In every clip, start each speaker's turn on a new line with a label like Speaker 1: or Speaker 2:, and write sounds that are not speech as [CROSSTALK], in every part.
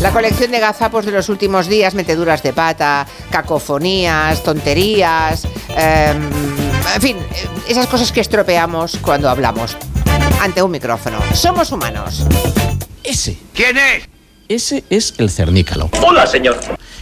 Speaker 1: La colección de gazapos de los últimos días, meteduras de pata, cacofonías, tonterías, eh, en fin, esas cosas que estropeamos cuando hablamos ante un micrófono. Somos humanos.
Speaker 2: Ese,
Speaker 3: ¿Quién es?
Speaker 2: ese es el cernícalo,
Speaker 3: Hola, señor.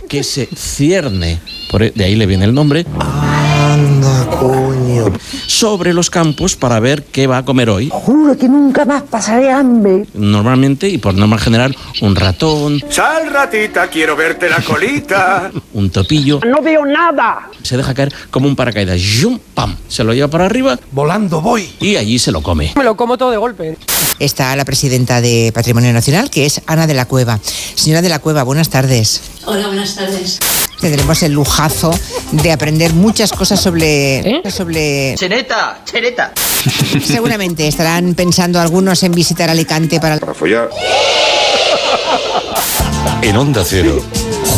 Speaker 2: que se cierne, por, e, de ahí le viene el nombre,
Speaker 4: Anda, coño.
Speaker 2: sobre los campos para ver qué va a comer hoy.
Speaker 5: Juro que nunca más pasaré hambre.
Speaker 2: Normalmente, y por norma general, un ratón,
Speaker 3: Sal, ratita, quiero verte la
Speaker 6: [LAUGHS]
Speaker 3: colita.
Speaker 2: un topillo,
Speaker 5: No veo nada.
Speaker 2: se deja caer como un paracaídas. ¡Yum! ¡Pam! Se lo lleva para arriba
Speaker 4: Volando voy.
Speaker 2: y allí se lo come.
Speaker 7: Me lo como todo de golpe.
Speaker 1: Está la presidenta de Patrimonio Nacional, que es Ana de la Cueva. Señora de la Cueva, buenas tardes.
Speaker 8: Hola, buenas tardes.
Speaker 1: Tendremos el lujazo de aprender muchas cosas sobre...
Speaker 7: ¿Eh?
Speaker 1: sobre
Speaker 9: Cheneta, cheneta.
Speaker 1: seguramente estarán pensando algunos en visitar Alicante para...
Speaker 10: En Onda Cero,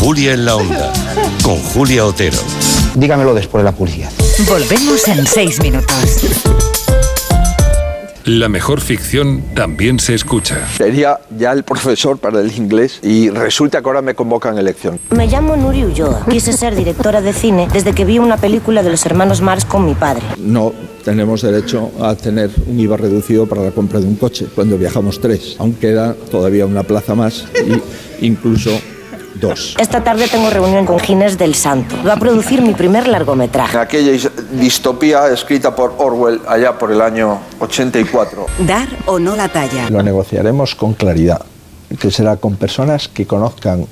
Speaker 10: Julia en la Onda, con Julia Otero.
Speaker 4: Dígamelo después de la publicidad.
Speaker 11: Volvemos en seis minutos.
Speaker 10: La mejor ficción también se escucha.
Speaker 6: Sería ya el profesor para el inglés y resulta que ahora me convocan elección.
Speaker 5: Me llamo Nuri Ulloa. Quise ser directora de cine desde que vi una película de los hermanos Mars con mi padre.
Speaker 6: No tenemos derecho a tener un IVA reducido para la compra de un coche cuando viajamos tres. Aún queda todavía una plaza más y incluso dos.
Speaker 5: Esta tarde tengo reunión con Ginés del Santo. Va a producir mi primer largometraje.
Speaker 6: Aquella distopía escrita por Orwell allá por el año 84.
Speaker 11: Dar o no la talla.
Speaker 6: Lo negociaremos con claridad, que será con personas que conozcan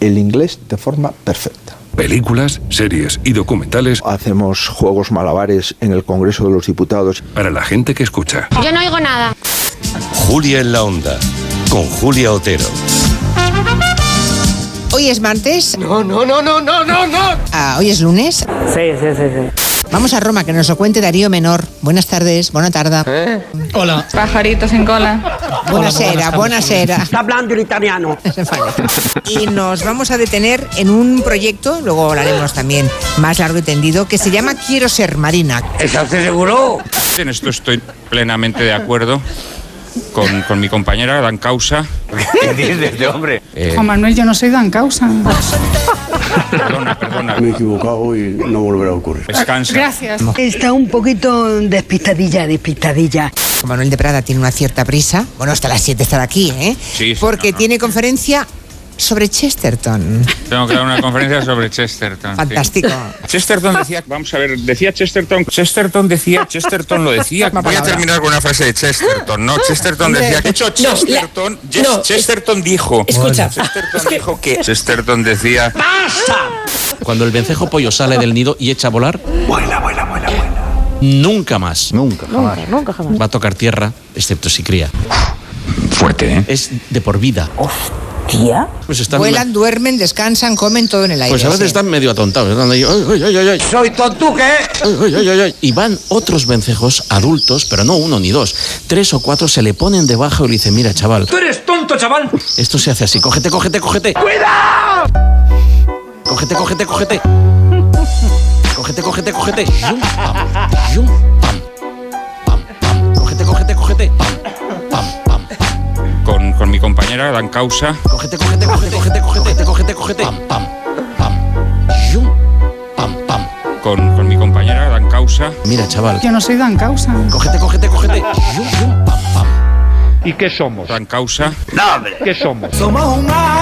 Speaker 6: el inglés de forma perfecta.
Speaker 10: Películas, series y documentales
Speaker 6: Hacemos juegos malabares en el Congreso de los Diputados.
Speaker 10: para la gente que escucha.
Speaker 8: Yo no oigo nada.
Speaker 10: Julia en la Onda, con Julia Otero.
Speaker 1: Hoy es martes,
Speaker 7: No, no, no, no, no, no, no.
Speaker 1: ah, hoy es lunes.
Speaker 7: Sí, sí, sí, sí.
Speaker 1: Vamos a Roma, que nos lo cuente Darío Menor. Buenas tardes, buena tarda.
Speaker 2: Hola.
Speaker 8: Pajaritos en cola.
Speaker 1: Buenasera, buenasera.
Speaker 7: Está hablando el italiano.
Speaker 1: [LAUGHS] Vale. Y nos vamos a detener en un proyecto, luego hablaremos también más largo y tendido, que se llama Quiero ser Marina.
Speaker 3: En esto estoy plenamente de acuerdo con, con mi compañera, Dan Causa. ¿Qué dices, este hombre?
Speaker 8: Juan Manuel, yo no soy Dan Causa.
Speaker 3: Perdona, perdona.
Speaker 4: Me he equivocado y no volverá a ocurrir.
Speaker 3: Descansa.
Speaker 8: Gracias.
Speaker 5: Está un poquito despistadilla, despistadilla.
Speaker 1: Manuel de Prada tiene una cierta prisa. Bueno, hasta las 7 estará aquí, ¿eh?
Speaker 3: Sí, sí,
Speaker 1: Porque
Speaker 3: no, no.
Speaker 1: tiene conferencia sobre Chesterton.
Speaker 3: Tengo que dar una conferencia sobre Chesterton. sí.
Speaker 1: Fantástico.
Speaker 3: Chesterton decía, vamos a ver, decía Chesterton, Chesterton decía, Chesterton lo decía.
Speaker 1: Voy a terminar
Speaker 3: con una frase de Chesterton, ¿no? Chesterton decía, de hecho, Chesterton, Chesterton dijo.
Speaker 1: Escucha.
Speaker 3: Chesterton dijo que. Chesterton decía.
Speaker 2: Cuando el vencejo pollo sale del nido y echa a volar,
Speaker 4: Vuela, vuela, vuela, vuela.
Speaker 2: nunca más
Speaker 4: Nunca, jamás.
Speaker 7: Nunca jamás.
Speaker 2: va a tocar tierra, excepto si cría.
Speaker 3: Fuerte, ¿eh?
Speaker 2: Es de por vida.
Speaker 5: ¿Tía?
Speaker 2: Pues están
Speaker 1: Vuelan, duermen, descansan, comen todo en el aire.
Speaker 2: Pues a veces
Speaker 1: sí.
Speaker 2: están medio atontados. están ahí, "Ay, ay, ay, ay, ay".
Speaker 9: Soy tontuque.
Speaker 2: Ay, ay, ay, ay, ay. Y van otros vencejos adultos, pero no uno ni dos. Tres o cuatro se le ponen debajo y le dicen, mira, chaval. ¡Tú eres tonto, chaval! Esto se hace así. Cógete, cógete, cógete. ¡Cuidado! Cógete, cógete, cógete. Cógete, cógete, cógete. Yum, pam, yum, pam. Pam, pam. Cógete, cógete, cógete. Pam, pam, pam.
Speaker 3: Con, con mi compañera, Dan Causa.
Speaker 2: Cógete, cógete, cógete, cógete, cógete, cógete, cógete. Pam, pam, pam. Yum, pam, pam.
Speaker 3: Con, con mi compañera, Dan Causa.
Speaker 2: Mira, chaval.
Speaker 8: Yo no soy Dan Causa.
Speaker 2: Cógete, cógete, cógete. Yum, yum, pam, pam.
Speaker 3: Dan Causa.
Speaker 9: No, hombre.
Speaker 3: ¿Qué somos?
Speaker 4: Somos humanos.